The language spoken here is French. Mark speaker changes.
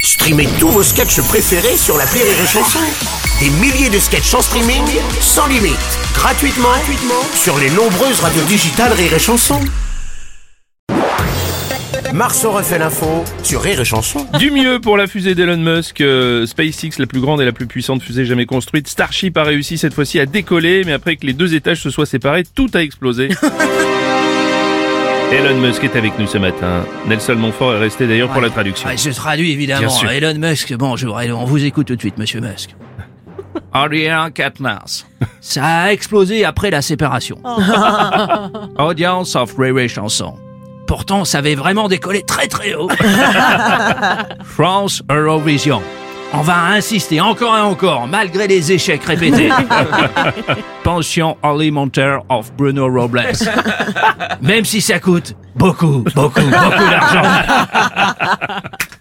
Speaker 1: Streamez tous vos sketchs préférés sur la Rire et Chanson. Des milliers de sketchs en streaming, sans limite, gratuitement, gratuitement sur les nombreuses radios digitales Rire et Chanson. Marceau refait l'info sur Rire et Chanson.
Speaker 2: Du mieux pour la fusée d'Elon Musk, euh, SpaceX, la plus grande et la plus puissante fusée jamais construite, Starship a réussi cette fois-ci à décoller, mais après que les deux étages se soient séparés, tout a explosé. Elon Musk est avec nous ce matin. Nelson Montfort est resté d'ailleurs pour la traduction.
Speaker 3: Ouais, je traduis évidemment.
Speaker 2: Bien sûr.
Speaker 3: Elon Musk, bonjour. Elon, on vous écoute tout de suite, monsieur Musk.
Speaker 4: Adrien Katnas,
Speaker 3: Ça a explosé après la séparation.
Speaker 4: audience of Rire et Chanson.
Speaker 3: Pourtant, ça avait vraiment décollé très très haut.
Speaker 4: France Eurovision.
Speaker 3: On va insister encore et encore, malgré les échecs répétés.
Speaker 4: Pension alimentaire of Bruno Robles.
Speaker 3: Même si ça coûte beaucoup, beaucoup, beaucoup d'argent.